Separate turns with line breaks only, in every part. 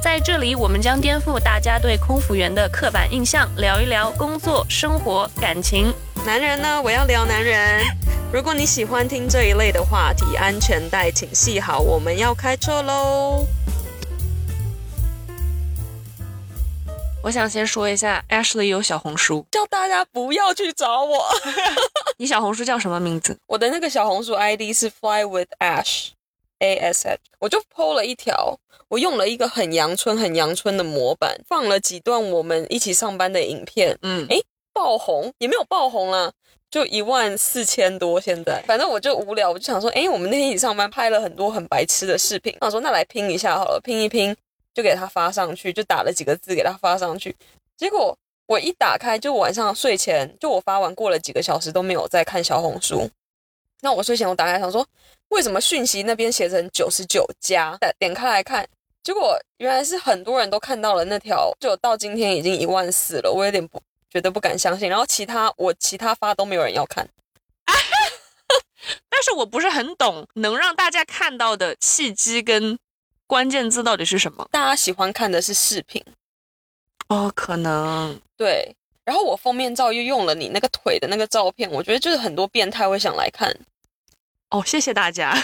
在这里，我们将颠覆大家对空服员的刻板印象，聊一聊工作、生活、感情。
男人呢？我要聊男人。如果你喜欢听这一类的话题，安全带请系好，我们要开车喽。
我想先说一下，Ashley 有小红 书，
叫大家不要去找我，
你小红书叫什么名字？
我的那个小红书 ID 是 Fly with Ash。A S H，我就 PO 了一条，我用了一个很阳春、很阳春的模板，放了几段我们一起上班的影片，
嗯，
诶爆红也没有爆红啦，就一万四千多。现在反正我就无聊，我就想说，哎、我们那天一起上班拍了很多很白痴的视频，我想说那来拼一下好了，拼一拼就给他发上去，就打了几个字给他发上去。结果我一打开，就晚上睡前，就我发完过了几个小时都没有再看小红书。那我睡前我打开想说，为什么讯息那边写成九十九加？点点开来看，结果原来是很多人都看到了那条，就到今天已经一万四了，我有点不觉得不敢相信。然后其他我其他发都没有人要看，
但是我不是很懂，能让大家看到的契机跟关键字到底是什么？
大家喜欢看的是视频，
哦，可能
对。然后我封面照又用了你那个腿的那个照片，我觉得就是很多变态会想来看
哦，谢谢大家。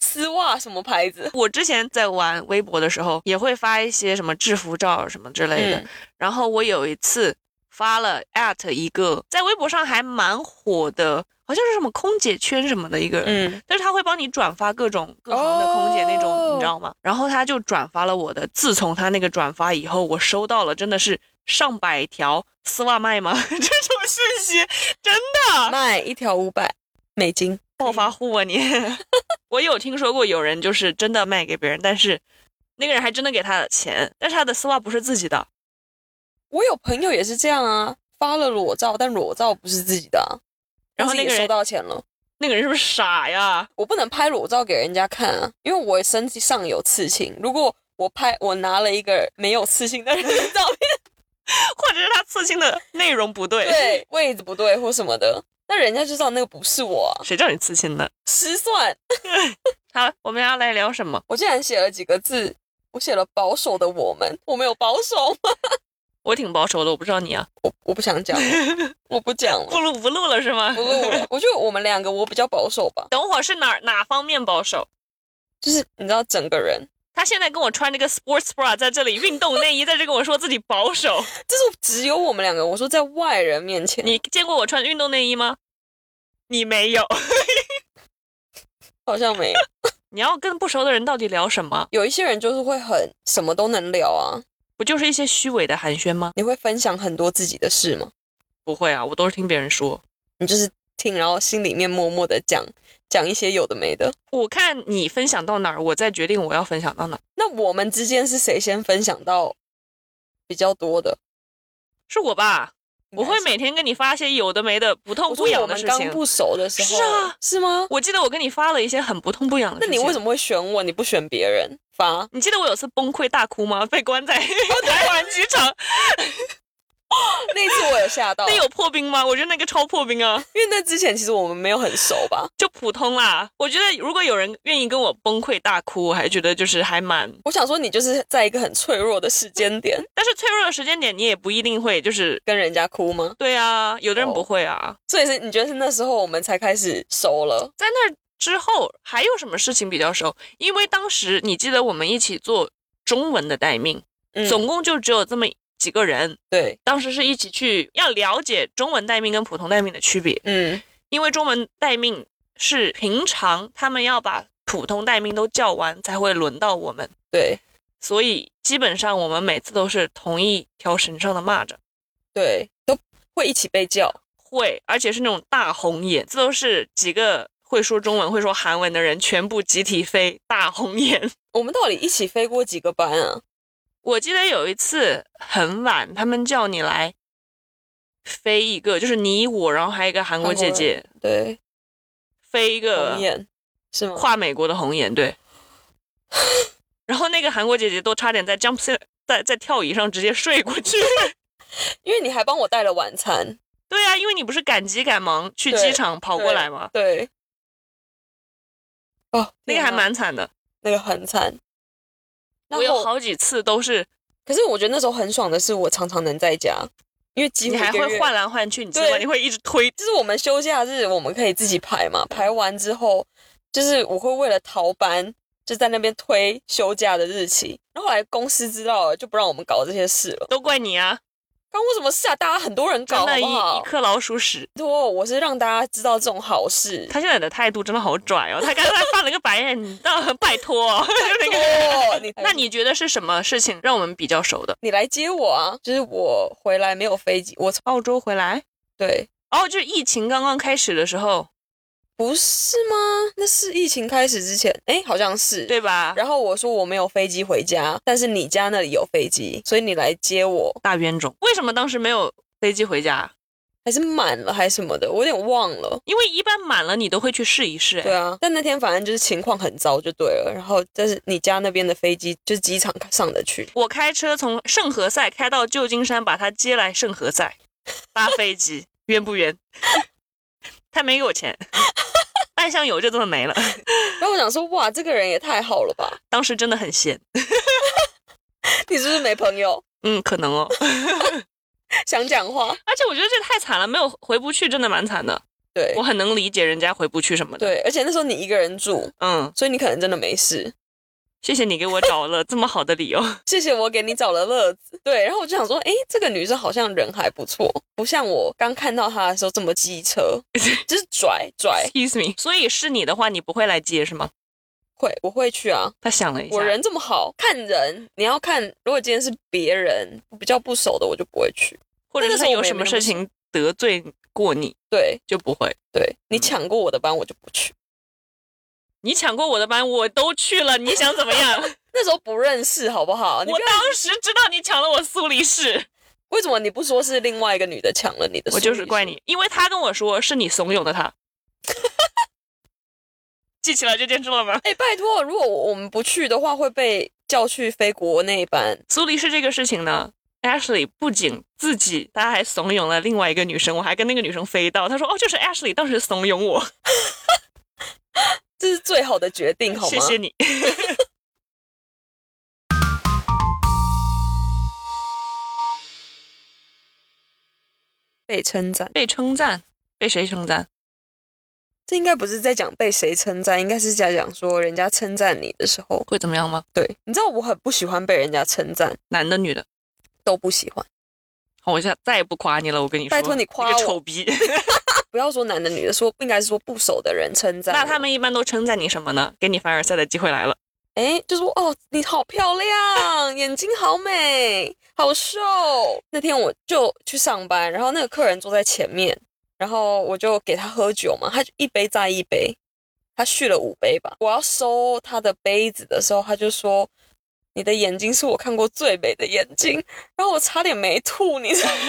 丝袜什么牌子，
我之前在玩微博的时候，也会发一些什么制服照什么之类的。
嗯
然后我有一次发了 at 一个在微博上还蛮火的，好像是什么空姐圈什么的一个人，
嗯，
但是他会帮你转发各种各行的空姐那种，
哦
你知道吗？然后他就转发了我的。自从他那个转发以后，我收到了真的是上百条“丝袜卖吗” 这种信息，真的
卖一条五百美金，
暴发户啊你！ 我有听说过有人就是真的卖给别人，但是那个人还真的给他的钱，但是他的丝袜不是自己的。
我有朋友也是这样啊，发了裸照，但裸照不是自己的、啊，
然后那个人
但是也收到钱了。
那个人是不是傻呀？
我不能拍裸照给人家看啊，因为我身体上有刺青。如果我拍，我拿了一个没有刺青的人的照片，
或者是他刺青的内容不 对？
对位置不对或什么的，那人家就知道那个不是我、啊，
谁叫你刺青的？
失算。
好，我们要来聊什么？
我竟然写了几个字，我写了保守的我们，我们有保守吗？
我挺保守的，我不知道你啊。
我我不想讲了， 我不讲了，
不录不录了是吗？
不录了。我觉得我们两个我比较保守吧，
等会儿是哪儿哪方面保守？
就是你知道整个人，
他现在跟我穿这个 sports bra 在这里，运动内衣在这跟我说自己保守。
就是只有我们两个。我说在外人面前，
你见过我穿运动内衣吗？你没有。
好像没有。
你要跟不熟的人到底聊什么？
有一些人就是会很什么都能聊啊，
不就是一些虚伪的寒暄吗？
你会分享很多自己的事吗？
不会啊，我都是听别人说。
你就是听，然后心里面默默的讲讲一些有的没的。
我看你分享到哪儿，我再决定我要分享到哪儿。
那我们之间是谁先分享到比较多的？
是我吧？我
应
会
该是
每天跟你发一些有的没的不痛
我
不
说
痒
我
的
们
事
刚
情。
不熟的时候，
是啊，
是吗？
我记得我跟你发了一些很不痛不痒的
那
事情。
你为什么会选我？你不选别人发？
你记得我有次崩溃大哭吗？被关在台湾机场，
那次我有吓到，
那
因
有破冰吗？我觉得那个超破冰啊，
为那之前其实我们没有很熟吧。
就普通啦。我觉得如果有人愿意跟我崩溃大哭，我还觉得就是还蛮……
我想说，你就是在一个很脆弱的时间 点
但是脆弱的时间点，你也不一定会就是
跟人家哭吗？
对啊，有的人不会啊。
所以是你觉得是那时候我们才开始熟了？
在那之后还有什么事情比较熟？因为当时你记得我们一起做中文的待命，
嗯，
总共就只有这么几个人。
对，
当时是一起去要了解中文待命跟普通待命的区别。
嗯。
因为中文待命是平常他们要把普通待命都叫完才会轮到我们，
对
所以基本上我们每次都是同一条绳上的蚂蚱，
对，都会一起被叫。
会，而且是那种大红眼，这都是几个会说中文、会说韩文的人全部集体飞大红眼。
我们到底一起飞过几个班啊？
我记得有一次很晚，他们叫你来飞一个，就是你我，然后还有一个韩国姐姐
对，
飞一个
红眼是吗？
跨美国的红眼，对。 然后那个韩国姐姐都差点在 jump set 在在跳椅上直接睡过去。
因为你还帮我带了晚餐，
对啊，因为你不是赶急赶忙去
对
机场跑过来吗？
对。哦，
那个还
天哪
蛮惨的。
那个很惨。然
我有
后，
好几次都是
可是我觉得那时候很爽的是，我常常能在家，因为几乎
你还
一个月
会换，来换去，你知道吗？
对
你会一直推。
就是我们休假日我们可以自己排嘛，排完之后，就是我会为了逃班，就在那边推休假的日期。然后后来公司知道了，就不让我们搞这些事了。
都怪你啊！
关我什么事啊？大家很多人搞好
真的一，
不
一
好？
颗老鼠屎。
多，我是让大家知道这种好事。
他现在的态度真的好拽哦！他刚才翻了个白眼，你到拜托、 哦，就那个。
多，你
那你觉得是什么事情让我们比较熟的？
你来接我啊！就是我回来没有飞机，我从
澳洲回来，
对，
哦，就是疫情刚刚开始的时候，
不是吗？那是疫情开始之前，哎，好像是。
对啊吧？
然后我说我没有飞机回家，但是你家那里有飞机，所以你来接我，
大冤种，为什么当时没有飞机回家？
还是满了还是什么的，我有点忘了。
因为一般满了你都会去试一试，
对
哎，
啊，但那天反正就是情况很糟就对了。然后但是你家那边的飞机就是机场上得去，
我开车从圣何塞开到旧金山，把他接来圣何塞，搭飞机，冤不冤？ 他没给我 钱，半箱油就这么没了。
然后我想说哇，这个人也太好了吧？
当时真的很闲，
你是不是没朋友？
嗯，可能哦。
想讲话？
而且我觉得这太惨了，没有回不去，真的蛮惨的。
对
我很能理解人家回不去什么的。，
对，而且那时候你一个人住，
嗯，
所以你可能真的没事。
谢谢你给我找了这么好的 理由。
谢谢我给你找了乐子。对，然后我就想说，诶，这个女生好像人还不错，不像我刚看到她的时候这么机车，就是拽拽。
Excuse me。所以是你的话，你不会来接是吗？
会，我会去啊。
他想了一下，
我人这么好，看人你要看，如果今天是别人比较不熟的，我就不会去。
或者
那个时
是他
候
有
我
什
没
么
那
事
么
情得罪过你
对
就不会。
对，你
嗯
抢过我的班，我就不去。
你抢过我的班，我都去了，你想怎 么样？
那时候不认识，好不好？你
我
不要
当时知道你抢了我苏黎世，
为什么你不说是另外一个女的抢了你的？
我就是怪。你，因为他跟我说是你怂恿 的他。记起来这件事了吗？
哎，拜托，如果我们不去的话，会被叫去飞国内班。
苏黎世这个事情呢，Ashley 不仅自己，他还怂恿了另外一个女生，我还跟那个女生飞到，他说哦，就是 Ashley 当时怂恿我，
这是最好的决定，好吗？
谢谢你。
被称赞，
被称赞，被谁称赞？
这应该不是在讲被谁称赞，应该是在讲说人家称赞你的时候。
会怎么样吗？
对，你知道我很不喜欢被人家称赞，
男的女的？
都不喜欢。
好，我现在再也不夸你了，我跟你说，
拜托你夸
你个
我
丑逼。
不要说男的女的，说应该是说不熟的人称赞我。
那他们一般都称赞你什么呢？给你凡尔赛的机会来了。
哎，就说哦，你好漂亮，眼睛好美，好瘦。那天我就去上班，然后那个客人坐在前面，然后我就给他喝酒嘛，他就一杯再一杯，他续了五杯吧。我要收他的杯子的时候，他就说：“你的眼睛是我看过最美的眼睛。”然后我差点没吐，你知道吗？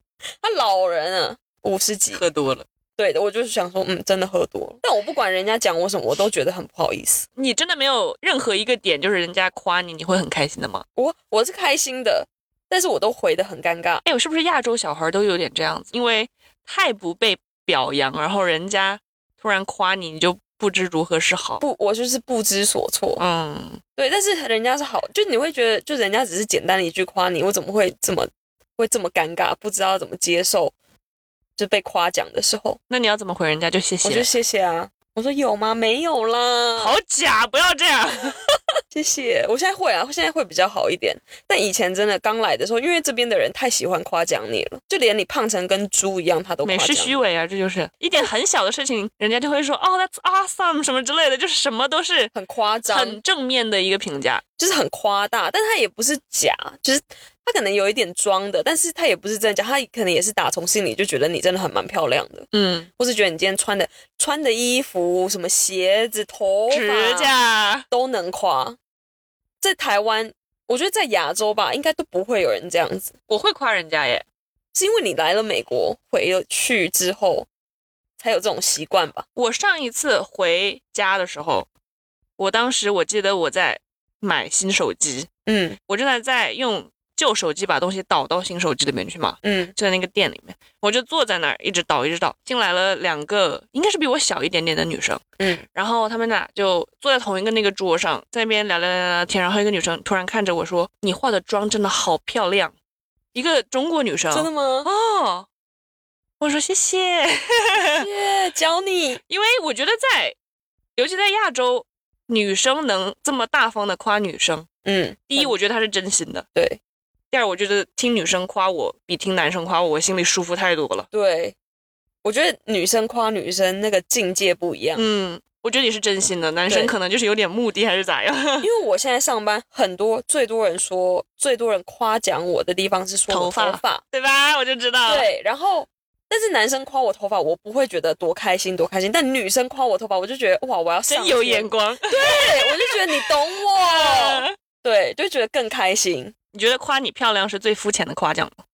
他老人啊，五十几，
喝多了，
对的，我就是想说，嗯，真的喝多了。但我不管人家讲我什么，我都觉得很不好意思。
你真的没有任何一个点，就是人家夸你，你会很开心的吗？
我我是开心的，但是我都回的很尴尬。
哎，我是不是亚洲小孩都有点这样子？因为太不被表扬，然后人家突然夸你，你就不知如何是好。
不，我就是不知所措。
嗯，
对，但是人家是好，就你会觉得，就人家只是简单的一句夸你，我怎么会这么会这么尴尬，不知道怎么接受，就被夸奖的时候，
那你要怎么回人家？就谢
我就
谢。
谢谢啊。我说有吗？没有啦。，
好假，不要这 样。
谢谢。我现在会啊，现在会比较好一点。但以前真的刚来的时候，因为这边的人太喜欢夸奖你了，就连你胖成跟猪一样，他都夸
美
奖
式
你。
虚伪啊，这就是一点很小的事情，人家就会说哦，that's awesome 什么之类的，就是什么都是
很夸张，
很正面的一个评价。
就是很夸大，但他也不是假，就是他可能有一点装的，但是他也不是真的假，他可能也是打从心里就觉得你真的很蛮漂亮的，
嗯，
或是觉得你今天穿的穿的衣服、什么鞋子、头发、
指甲
都能夸。在台湾，我觉得在亚洲吧，应该都不会有人这样子。
我会夸人家耶，
是因为你来了美国，回了去之后才有这种习惯吧？
我上一次回家的时候，我当时我记得我在买新手机，
嗯
我正在在用旧手机把东西导到新手机里面去嘛，
嗯
就在那个店里面，我就坐在那儿一直倒一直倒，进来了两个应该是比我小一点点的女生，
嗯
然后他们俩就坐在同一个那个桌上，在那边聊聊聊聊天，然后一个女生突然看着我说：“你化的妆真的好漂亮。”一个中国女生，
真的吗？
哦，我说谢谢，
耶，教你，
因为我觉得在，尤其在亚洲，女生能这么大方的夸女生，
嗯，
第一，
嗯
我觉得她是真心的；
对
第二，我觉得听女生夸我比听男生夸我，我心里舒服太多了。
对，我觉得女生夸女生那个境界不一样，
嗯，我觉得你是真心的，男生
对
可能就是有点目的还是咋样。
因为我现在上班，很多最多人说最多人夸奖我的地方是说我
头发啊
头发
对吧？我就知道，，
对，然后但是男生夸我头发，我不会觉得多开心多开心，但女生夸我头发，我就觉得哇，我要
真
上
有
天
眼，光。
对我就觉得你懂 我，对，就觉得更开心。
你觉得夸你漂亮是最肤浅的夸奖吗？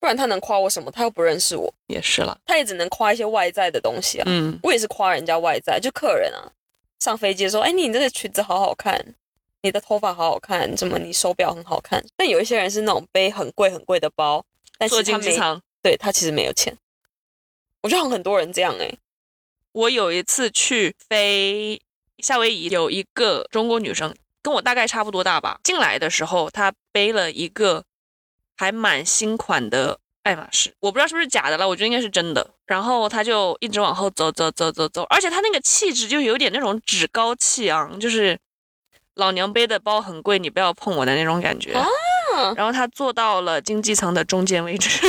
不然他能夸我什么？他又不认识我，
也是了，
他也只能夸一些外在的东西啊。
嗯，
我也是夸人家外在，就客人啊，上飞机的时候，哎，你这个裙子好好看，你的头发好好看，怎么你手表很好看。但有一些人是那种背很贵很贵的包，但
坐
是他
经济
没，
舱。
对他其实没有钱。我觉得好像很多人这样哎、
我有一次去飞夏威夷，有一个中国女生，跟我大概差不多大吧。进来的时候，她背了一个还蛮新款的爱马仕，我不知道是不是假的了，我觉得应该是真的。然后她就一直往后走走走走走，而且她那个气质就有点那种趾高气昂，就是老娘背的包很贵，你不要碰我的那种感觉。
啊
然后她坐到了经济舱的中间位置。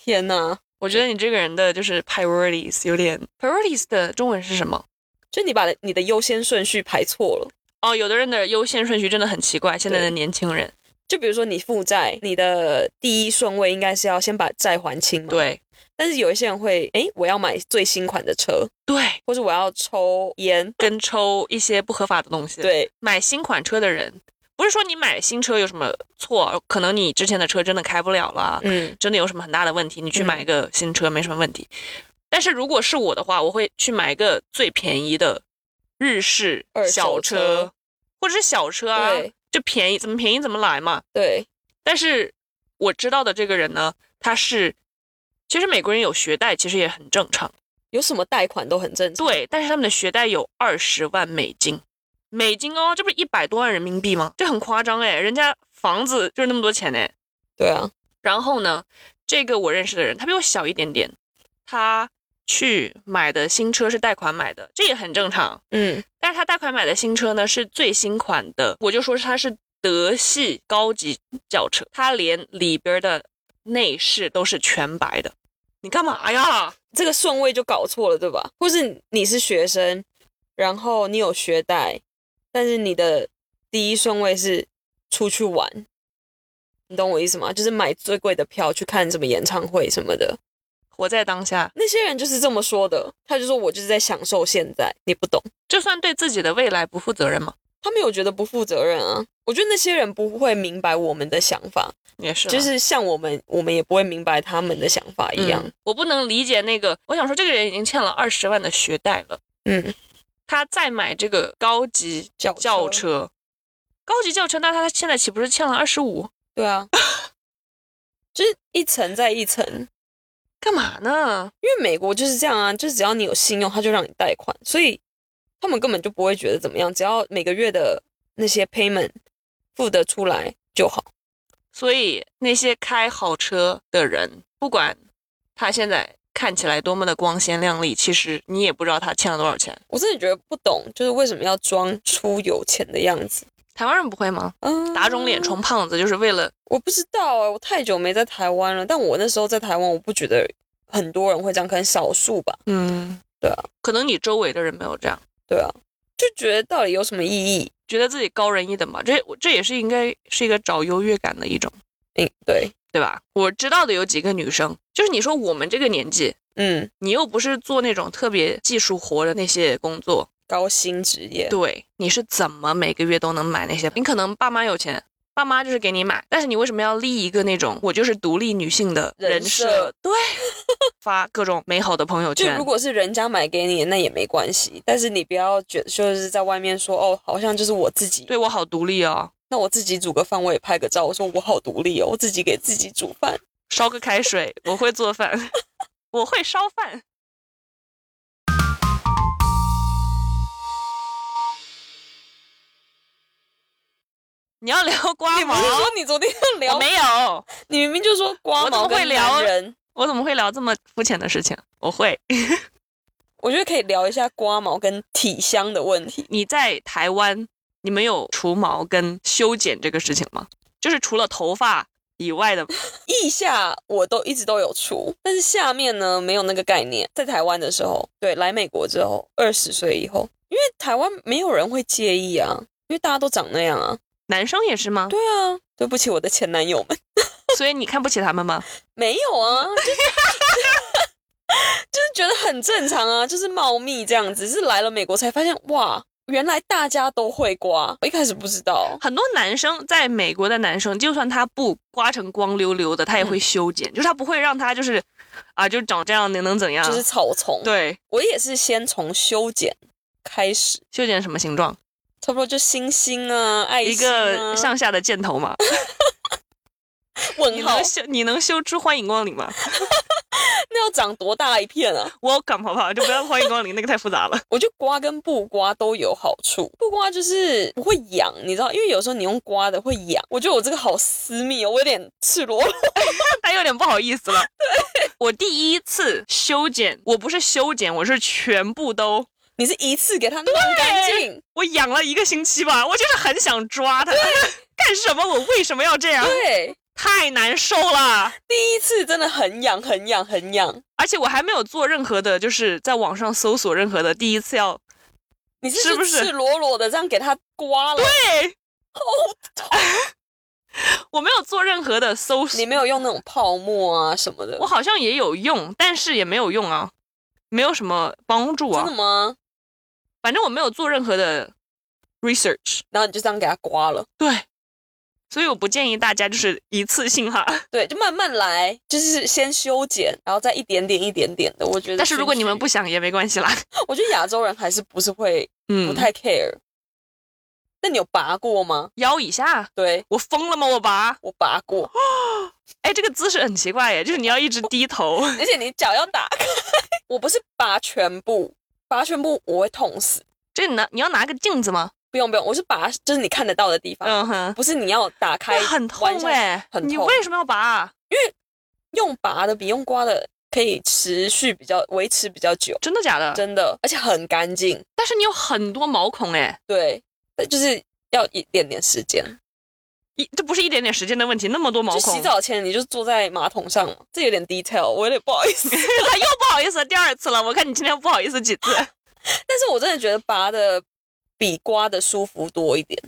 天呐，
我觉得你这个人的就是 priorities 有点 priorities 的中文是什么？
就你把你的优先顺序排错了。
哦，有的人的优先顺序真的很奇怪，现在的
对
年轻人。
就比如说你负债，你的第一顺位应该是要先把债还清嘛。。
对
但是有一些人会，哎，我要买最新款的车，
对，
或者我要抽烟。
跟抽一些不合法的东西。，
对
买新款车的人，不是说你买新车有什么错，可能你之前的车真的开不了了，
嗯，
真的有什么很大的问题，你去
嗯
买一个新车没什么问题。但是如果是我的话，我会去买一个最便宜的日式
二手
小
车
或者是小车啊
对，
就便宜，怎么便宜怎么来嘛。
对，
但是我知道的这个人呢，他是，其实美国人有学贷，其实也很正常，
有什么贷款都很正常。
对。但是他们的学贷有二十万美金，美金哦，这不是一百多万人民币吗？这很夸张哎，人家房子就是那么多钱哎。
对啊，
然后呢，这个我认识的人，他比我小一点点，他去买的新车是贷款买的，这也很正常。
嗯
但是他贷款买的新车呢是最新款的，我就说是它是德系高级轿车，它连里边的内饰都是全白的。你干嘛呀？，
这个顺位就搞错了，对吧？或是你是学生，然后你有学贷，但是你的第一顺位是出去玩，你懂我意思吗？就是买最贵的票去看什么演唱会什么的。
活在当下，
那些人就是这么说的，他就说我就是在享受现在，你不懂。
就算对自己的未来不负责任嘛，
他们有觉得不负责任啊？我觉得那些人不会明白我们的想法，
也是啦，
就是像我们，我们也不会明白他们的想法一样
嗯。我不能理解那个，我想说这个人已经欠了二十万的学贷了，
嗯，
他再买这个高级
轿
轿车，高级轿车，那他现在岂不是欠了二十五？
对啊，就是一层再一层，因
干嘛呢？
为美国就是这样啊，就只要你有信用，他就让你贷款，所以他们根本就不会觉得怎么样，只要每个月的那些 payment 付得出来就好。
所以那些开好车的人，不管他现在看起来多么的光鲜亮丽，其实你也不知道他欠了多少钱。
我真的觉得不懂，就是为什么要装出有钱的样子？
台湾人不会吗？
嗯，
打肿脸充胖子就是为了
我不知道哎、我太久没在台湾了，但我那时候在台湾，我不觉得很多人会这样，可能少数吧。
嗯，
对啊，
可能你周围的人没有这样，
对啊，就觉得到底有什么意义？
觉得自己高人一等吧。这我这也是应该是一个找优越感的一种，
嗯，对，
对吧？我知道的有几个女生，就是你说我们这个年纪，
嗯，
你又不是做那种特别技术活的那些工作，
高薪职业，
对，你是怎么每个月都能买那些？你可能爸妈有钱，爸妈就是给你买，但是你为什么要立一个那种我就是独立女性的
人
人设？
设
对， 发各种美好的朋友
就
圈
如。果是人家买给你，那也没关系，但是你不要觉就是在外面说哦，好像就是我自己，
对我好独立哦，
那我自己煮个饭，我也拍个照，我说我好独立哦，我自己给自己煮饭。
烧个开水，我会做饭， 我会烧饭。你要聊刮
你不
毛
是？说你昨天要聊？
我没有，
你明明就说刮
我怎
毛
么会
跟男
聊
人，
我怎么会聊这么肤浅的事情？我会。
我觉得可以聊一下刮毛跟体香的问题。
你在台湾，你们有除毛跟修剪这个事情吗？就是除了头发以外的，
腋下我都一直都有除，但是下面呢没有那个概念。在台湾的时候，对，来美国之后，二十岁以后，因为台湾没有人会介意啊，因为大家都长那样啊。
男生也是吗？
对啊，对不起我的前男友 们，
所以你看不起他们吗？
没有啊， 就是 就是觉得很正常啊，就是茂密这样子。是来了美国才发现，哇，原来大家都会刮，我一开始不知道。
很多男生在美国的男生，就算他不刮成光溜溜的，他也会修剪，就是他不会让他就是啊，就长这样，你能怎样？
就是草丛，
啊对，
我也是先从修剪开始，
修剪什么形状？
差不多就星星啊、爱
一
心、啊、
个上下的箭头嘛。你
问号
能，修你能修出欢迎光临吗
那要长多大一片啊？
？Welcome，好不好？就不要欢迎光临，那个太复杂了。
我觉得刮跟不刮都有好处，不刮就是不会痒，你知道，因为有时候你用刮的会痒。我觉得我这个好私密哦，我有点赤裸裸。
但有点不好意思了。 我第一次修剪，我不是修剪，我是全部都，
你是一次给它弄干净，
我养了一个星期吧，我就是很想抓它， 干什么？我为什么要这样？
对，
太难受了。
第一次真的很痒，很痒，很痒。
而且我还没有做任何的，就是在网上搜索任何的第一次要
你是
是不是
赤裸裸的这样给它刮了？
对，我没有做任何的搜索
你，没有用那种泡沫啊什么的
我，好像也有用，但是也没有用啊，没有什么帮助
真的
啊。
吗？
反正我没有做任何的 research，
然后你就这样给它刮了。
对，所以我不建议大家就是一次 性哈。
对，就慢慢来，就是先修剪，然后再一点点一点点的。我觉得，
但是如果你们，不想也没关系啦，
我觉得亚洲人还是不是会
嗯，
不太 care。那你有拔过吗？
腰以下，
对
我疯了吗？我拔，
我拔 过，
哎，这个姿势很奇怪耶，就是你要一直低头，
而且你脚要打开。 我不是拔全部，拔全部我会痛死。
这你拿你要拿个镜子吗？
不用不用，我是拔就是你看得到的地方，
嗯哼，
不是你要打开
那很痛
啊弯下
哎，
很痛
你为什么要拔啊？
用拔的比用刮的可以持续比较维持比较久，
真的假的？
真的，而且很干净。
但是你有很多毛孔哎，
对，就是要一点点时间。
一这不是一点点时间的问题，那么多毛
就
孔
洗，澡前你就坐在马桶上嘛，这有点 detail，我有点不好意 思。
又不好意思第二次了，我看你今天不好意思几次。
但是我真的觉得拔的比刮的舒服多一点，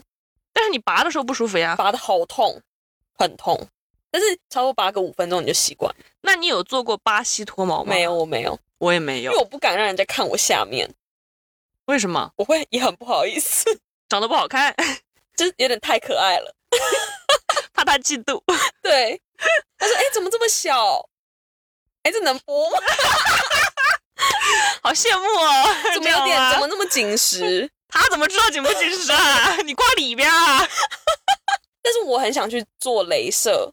但是你拔的时候不舒服呀，
拔的好痛，很痛。但是超过拔个五分钟你就习惯。
那你有做过巴西脱毛吗？
没有，，我没有，
我也没
因
有
为。我不敢让人家看我下面，
为什么？
我会也很不好意思，
长得不好看，
就是有点太可爱了。
怕他嫉妒。
对，他说：“哎、怎么这么小？哎、这能播吗？
好羡慕哦！
怎
这
么有
样
点
吗
怎么那么紧实？”
他怎么知道紧不紧 实啊？你挂里边啊！
但是我很想去做镭射，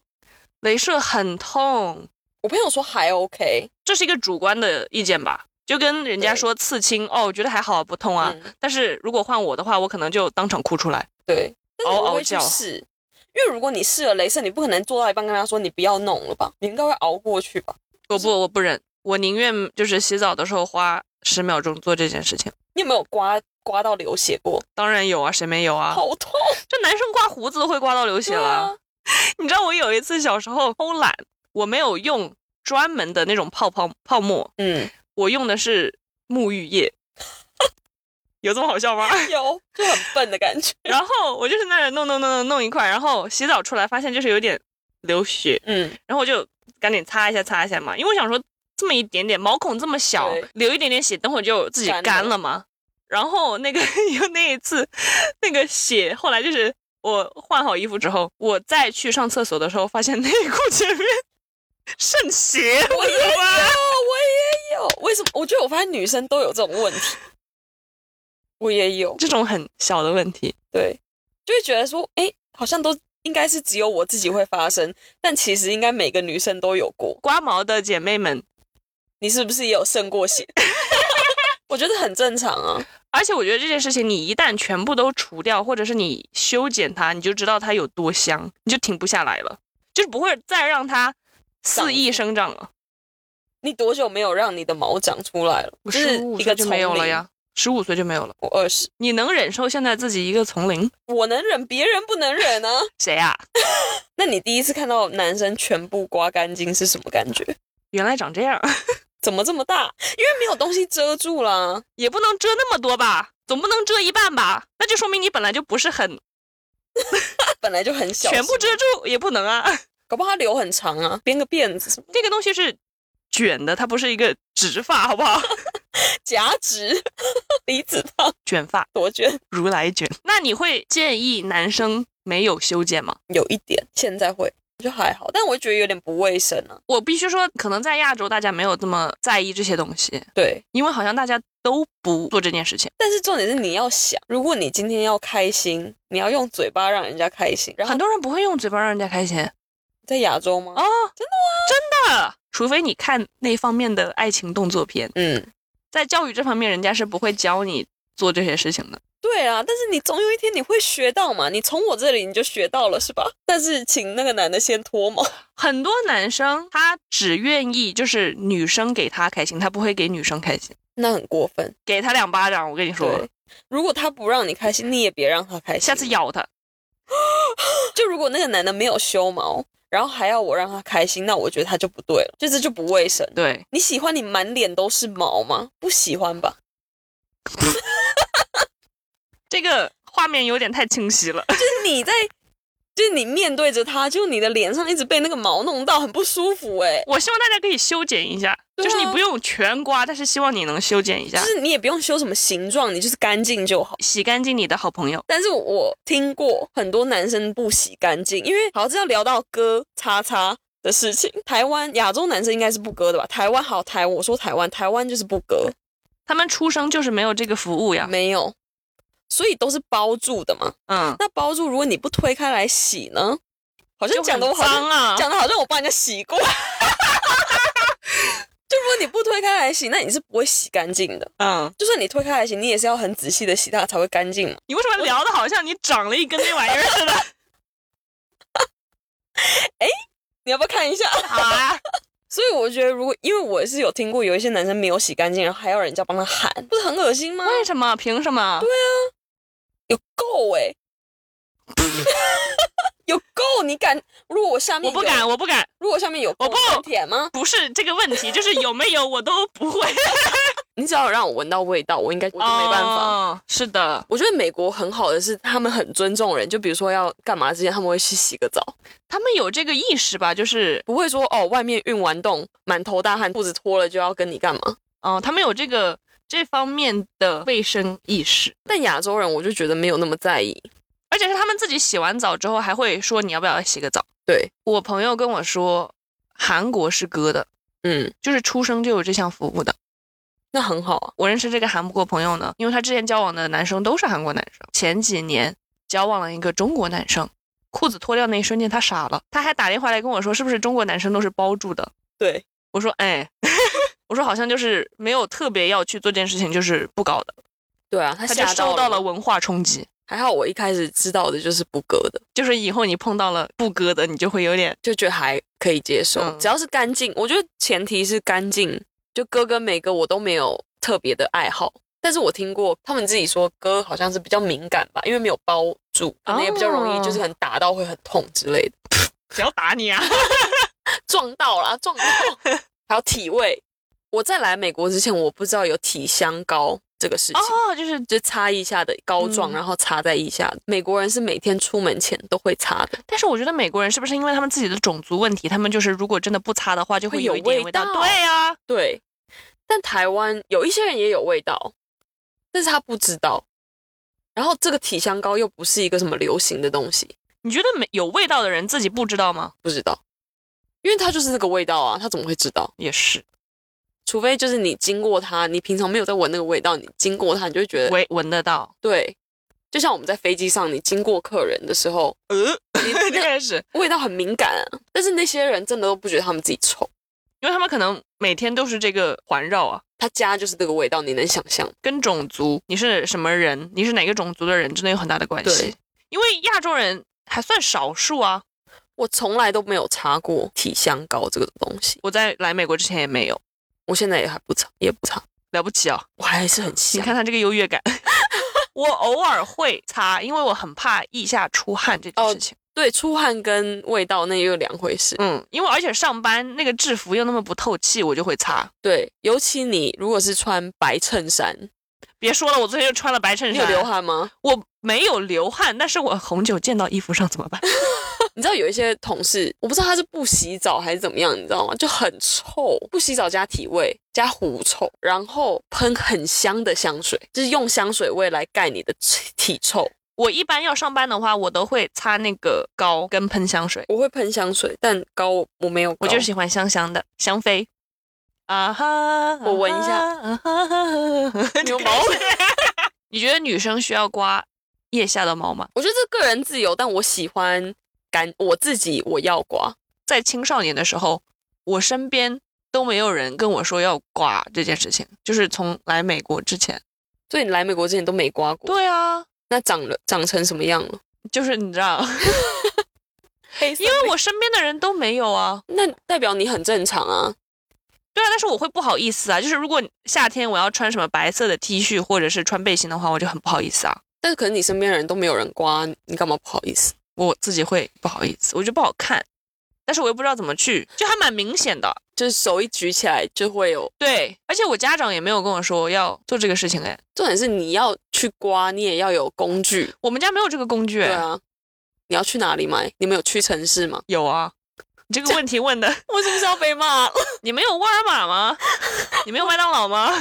镭射很痛，
我朋友说还 OK，
这是一个主观的意见吧？就跟人家
对
说刺青哦，我觉得还好不痛啊。
嗯
但是如果换我的话，我可能就当场哭出来。
对，但是
嗷
我
嗷
会去
叫
试，因为如果你试了镭射，你不可能做到一半跟他说你不要弄了吧，你应该会熬过去吧？
我不，我不忍，我宁愿就是洗澡的时候花十秒钟做这件事情。
你有没有刮刮到流血过？
当然有啊，谁没有啊？
好痛！
这男生刮胡子都会刮到流血
对
了。
啊，
你知道我有一次小时候偷懒，我没有用专门的那种泡泡泡沫，
嗯，
我用的是沐浴液，有这么好笑吗？
有就很笨的感觉。
然后我就是那儿弄弄弄弄弄一块，然后洗澡出来发现就是有点流血，
嗯，
然后我就赶紧擦一下擦一下嘛，因为我想说这么一点点毛孔这么小
对，
流一点点血，等会儿就自己
干了
干了嘛。然后那个有那一次，那个血后来就是我换好衣服之后，我再去上厕所的时候，发现内裤前面渗
我
血，
也有， 我也有。为什么？我觉得我发现女生都有这种问题，我也有。
这种很小的问题。
对，就会觉得说，哎，好像都应该是只有我自己会发生，但其实应该每个女生都有过。
刮毛的姐妹们，
你是不是也有渗过血？ 我觉得很正常啊。
而且我觉得这件事情，你一旦全部都除掉，或者是你修剪它，你就知道它有多香，你就停不下来了，就是不会再让它肆意生长了。
你多久没有让你的毛长出来了？
我
就是
十五
一个
岁就没有了呀，十五岁就没有了。
丛林。我二十，
你能忍受现在自己一个丛林？
我能忍，别人不能忍啊。
谁啊？
那你第一次看到男生全部刮干净是什么感觉？
原来长这样，
怎么这么大？因为没有东西遮住啦。
也不能遮那么多吧，总不能遮一半吧？那就说明你本来就不是很
它本来就很小，
全
是
部
吗，
遮住也不能啊。
搞不好它留很长啊，编个辫子什么
这个东西是卷的，它不是一个直发，好不好？
夹直， 离子烫
卷发
多卷，
如来卷。那你会建议男生没有修剪吗？
有一点。现在会就还好，但我觉得有点不卫生啊。
我必须说，可能在亚洲大家没有这么在意这些东西，
对，
因为好像大家都不做这件事情。
但是重点是你要想，如果你今天要开心，你要用嘴巴让人家开心。然后
很多人不会用嘴巴让人家开心啊，
在亚洲吗？
真的，啊除非你看那方面的爱情动作片，
嗯，
在教育这方面，人家是不会教你做这些事情的。
对啊，但是你总有一天你会学到嘛，你从我这里你就学到了是吧？但是请那个男的先脱毛，
很多男生他只愿意就是女生给他开心，他不会给女生开心，
那很过分。
给他两巴掌，我跟你说
对，，如果他不让你开心，你也别让他开心。
下次咬他。
就如果那个男的没有修毛，然后还要我让他开心，那我觉得他就不对了，就这就不卫生。
对，
你喜欢你满脸都是毛吗？不喜欢吧？
这个画面有点太清晰了。
就是你在，就是你面对着他，就你的脸上一直被那个毛弄到，很不舒服哎、
我希望大家可以修剪一下，
对啊
就是你不用全刮，但是希望你能修剪一
就
下，
是你也不用修什么形状，你就是干净就好。
洗干净你的好朋友。
但是我听过很多男生不洗干净，因为好，这要聊到割叉叉的事情。台湾亚洲男生应该是不割的吧？台湾好，台我说台湾，台湾就是不割，
他们出生就是没有这个服务呀。
没有，所以都是包住的嘛。
嗯，
那包住，如果你不推开来洗呢？好像讲的我
就
好
很
像
脏啊。
讲的好像我帮人家洗过。就 如果你不推开来洗，那你是不会洗干净的。
嗯，
就算你推开来洗，你也是要很仔细的洗它才会干净嘛。
你为什么聊的好像你长了一根那玩意儿似的？
你要不要看一下？
好 啊，
所以我觉得，如果因为我是有听过有一些男生没有洗干净，然后还要人家帮他喊，不是很恶心吗？
为什么？凭什么？
有够 哎、 有够！你敢？如果我下面
我不
有
敢，，我不敢，
如果下面有够，
我不
你敢舔吗？
不是这个问题，就是有没有我都不会，
你只要让我闻到味道，我应该我就没办法。
哦是的，
我觉得美国很好的是，他们很尊重人，就比如说要干嘛之前，他们会去洗个澡，
他们有这个意识吧？就是，
不会说哦，外面运完动，满头大汗，裤子脱了就要跟你干嘛。
嗯，他们有这个这方面的卫生意识。
但亚洲人我就觉得没有那么在意，
而且是他们自己洗完澡之后还会说你要不要洗个澡。
对，
我朋友跟我说，韩国是割的，
嗯，
就是出生就有这项服务的。
那很好啊，
我认识这个韩国朋友呢，因为他之前交往的男生都是韩国男生，前几年交往了一个中国男生，裤子脱掉那一瞬间他傻了，他还打电话来跟我说，是不是中国男生都是包住的？
对，
我说哎， 我说好像就是没有特别要去做这件事情，就是不搞的，
对啊，他
他就
吓
受到
了
了
我，
文化冲击。
还好我一开始知道的就是不割的，
就是以后你碰到了不割的，你就会有点
就觉得还可以接受，
嗯
只要是干净，我觉得前提是干净，就割跟没割我都没有特别的爱好。但是我听过他们自己说，割好像是比较敏感吧，因为没有包住，可能也比较容易，
哦
就是很打到会很痛之类的。
谁要打你啊？
撞到啦， 撞到。还有体味，我在来美国之前，我不知道有体香膏这个事情，
哦，就是
就擦腋下的膏状，
嗯
然后擦在腋下。美国人是每天出门前都会擦的，
但是我觉得美国人是不是因为他们自己的种族问题，他们就是如果真的不擦的话，就
会
会
有
一点
味
味道。
道
对啊，
对。但台湾有一些人也有味道，但是他不知道。然后这个体香膏又不是一个什么流行的东西，
你觉得没有味道的人自己不知道吗？
不知道，因为它就是这个味道啊，它怎么会知道？
也是，
除非就是你经过它，你平常没有在闻那个味道，你经过它，你就会觉得
闻闻 得到。
对。就像我们在飞机上，你经过客人的时候，
呃，
你
就
那
开始，
味道很敏感、啊，但是那些人真的都不觉得他们自己臭，
因为他们可能每天都是这个环绕啊，
他家就是这个味道，你能想象？
跟种族，你是什么人，你是哪个种族的人，真的有很大的关系
对。
因为亚洲人还算少数啊，
我从来都没有擦过体香膏这个东西，
我在来美国之前也没有，
我现在也还不擦，也不擦，
了不起啊！
我还是很
你
香。
看他这个优 越感。我偶尔会擦，因为我很怕腋下出汗这件
哦
事情。
对，出汗跟味道那又两回事。
嗯，因为而且上班那个制服又那么不透气，我就会擦。
对，尤其你如果是穿白衬衫，
别说了，我昨天又穿了白衬
你
衫，
有流，汗吗？
我没有流汗，但是我红酒溅到衣服上怎么办？
你知道有一些同事，我不知道他是不洗澡还是怎么样，你知道吗？就很臭，不洗澡加体味加狐臭，然后喷很香的香水，就是用香水味来盖你的体体臭。
我一般要上班的话，我都会擦那个膏跟喷香水，
我会喷香水，但膏我我没有膏，
我就喜欢香香的香妃。啊哈，
我闻一下
啊哈，啊哈
你有毛病。
你觉得女生需要刮腋下的毛吗？
我觉得这个人自由，但我喜欢干我自己，我要刮。
在青少年的时候，我身边都没有人跟我说要刮这件事情，就是从来美国之前。
所以你来美国之前都没刮过，
对啊，
那长了长成什么样了？
就是你知道，
黑色
因为我身边的人都没有啊。
那代表你很正常啊。
对啊，但是我会不好意思啊，就是如果夏天我要穿什么白色的 T 恤或者是穿背心的话，我就很不好意思啊，
但是可能你身边的人都没有人刮，你干嘛不好意思？
我自己会不好意思，我觉得不好看，但是我又不知道怎么去，就还蛮明显的。
就是手一举起来就会有。
对，而且我家长也没有跟我说要做这个事情，哎，
重点是你要去刮，你也要有工具。
我们家没有这个工具，
对
哎，
啊，你要去哪里买？你们有屈臣氏吗？
有啊。你这个问题问的，
我是不是要被骂？
你没有沃尔玛吗？你没有麦当劳 吗？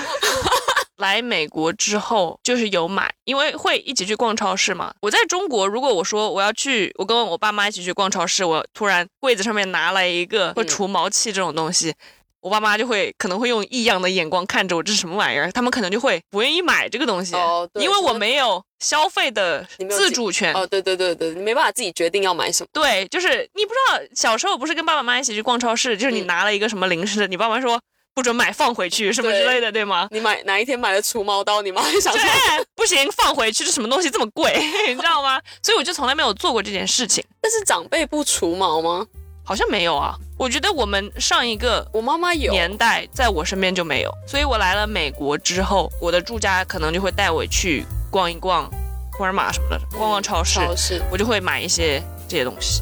来美国之后就是有买，因为会一起去逛超市嘛。我在中国，如果我说我要去，我跟我爸妈一起去逛超市，我突然柜子上面拿来一
嗯
个会除毛器这种东西，我爸妈就会可能会用异样的眼光看着我，这是什么玩意儿？他们可能就会不愿意买这个东西，
哦对
因为
什么
我没有消费的
你没有自
自主权。
哦，对对对对，你没办法自己决定要买什么。
对，就是你不知道，小时候不是跟爸爸妈妈一起去逛超市，就是你
嗯
拿了一个什么零食，你爸妈说不准买，放回去什么之
对
类的，对 吗？
你买哪一天买了除毛刀，你妈还想
对
说，
不行，放回去，这什么东西这么贵， 你知道吗？所以我就从来没有做过这件事情，
但是长辈不除毛吗？
好像没有啊。我觉得我们上一个
我妈妈有，
年代在我身边就没有，所以我来了美国之后，我的住家可能就会带我去逛一逛沃尔玛什么的，逛逛超市，
超市。
我就会买一些这些东西。